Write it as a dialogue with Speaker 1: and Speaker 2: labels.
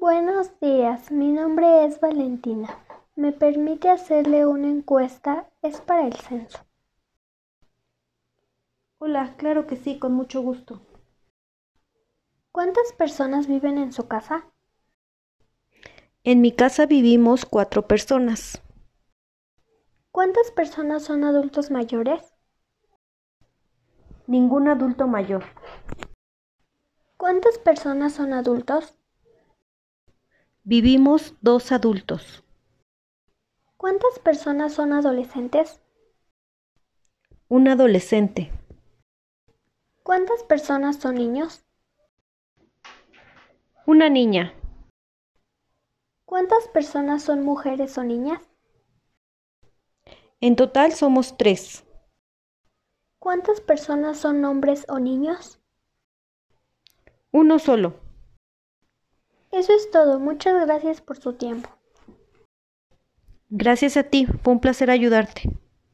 Speaker 1: Buenos días, mi nombre es Valentina. ¿Me permite hacerle una encuesta? Es para el censo.
Speaker 2: Hola, claro que sí, con mucho gusto.
Speaker 1: ¿Cuántas personas viven en su casa?
Speaker 2: En mi casa vivimos cuatro personas.
Speaker 1: ¿Cuántas personas son adultos mayores?
Speaker 2: Ningún adulto mayor.
Speaker 1: ¿Cuántas personas son adultos?
Speaker 2: Vivimos dos adultos.
Speaker 1: ¿Cuántas personas son adolescentes?
Speaker 2: Un adolescente.
Speaker 1: ¿Cuántas personas son niños?
Speaker 2: Una niña.
Speaker 1: ¿Cuántas personas son mujeres o niñas?
Speaker 2: En total somos tres.
Speaker 1: ¿Cuántas personas son hombres o niños?
Speaker 2: Uno solo.
Speaker 1: Eso es todo. Muchas gracias por su tiempo.
Speaker 2: Gracias a ti. Fue un placer ayudarte.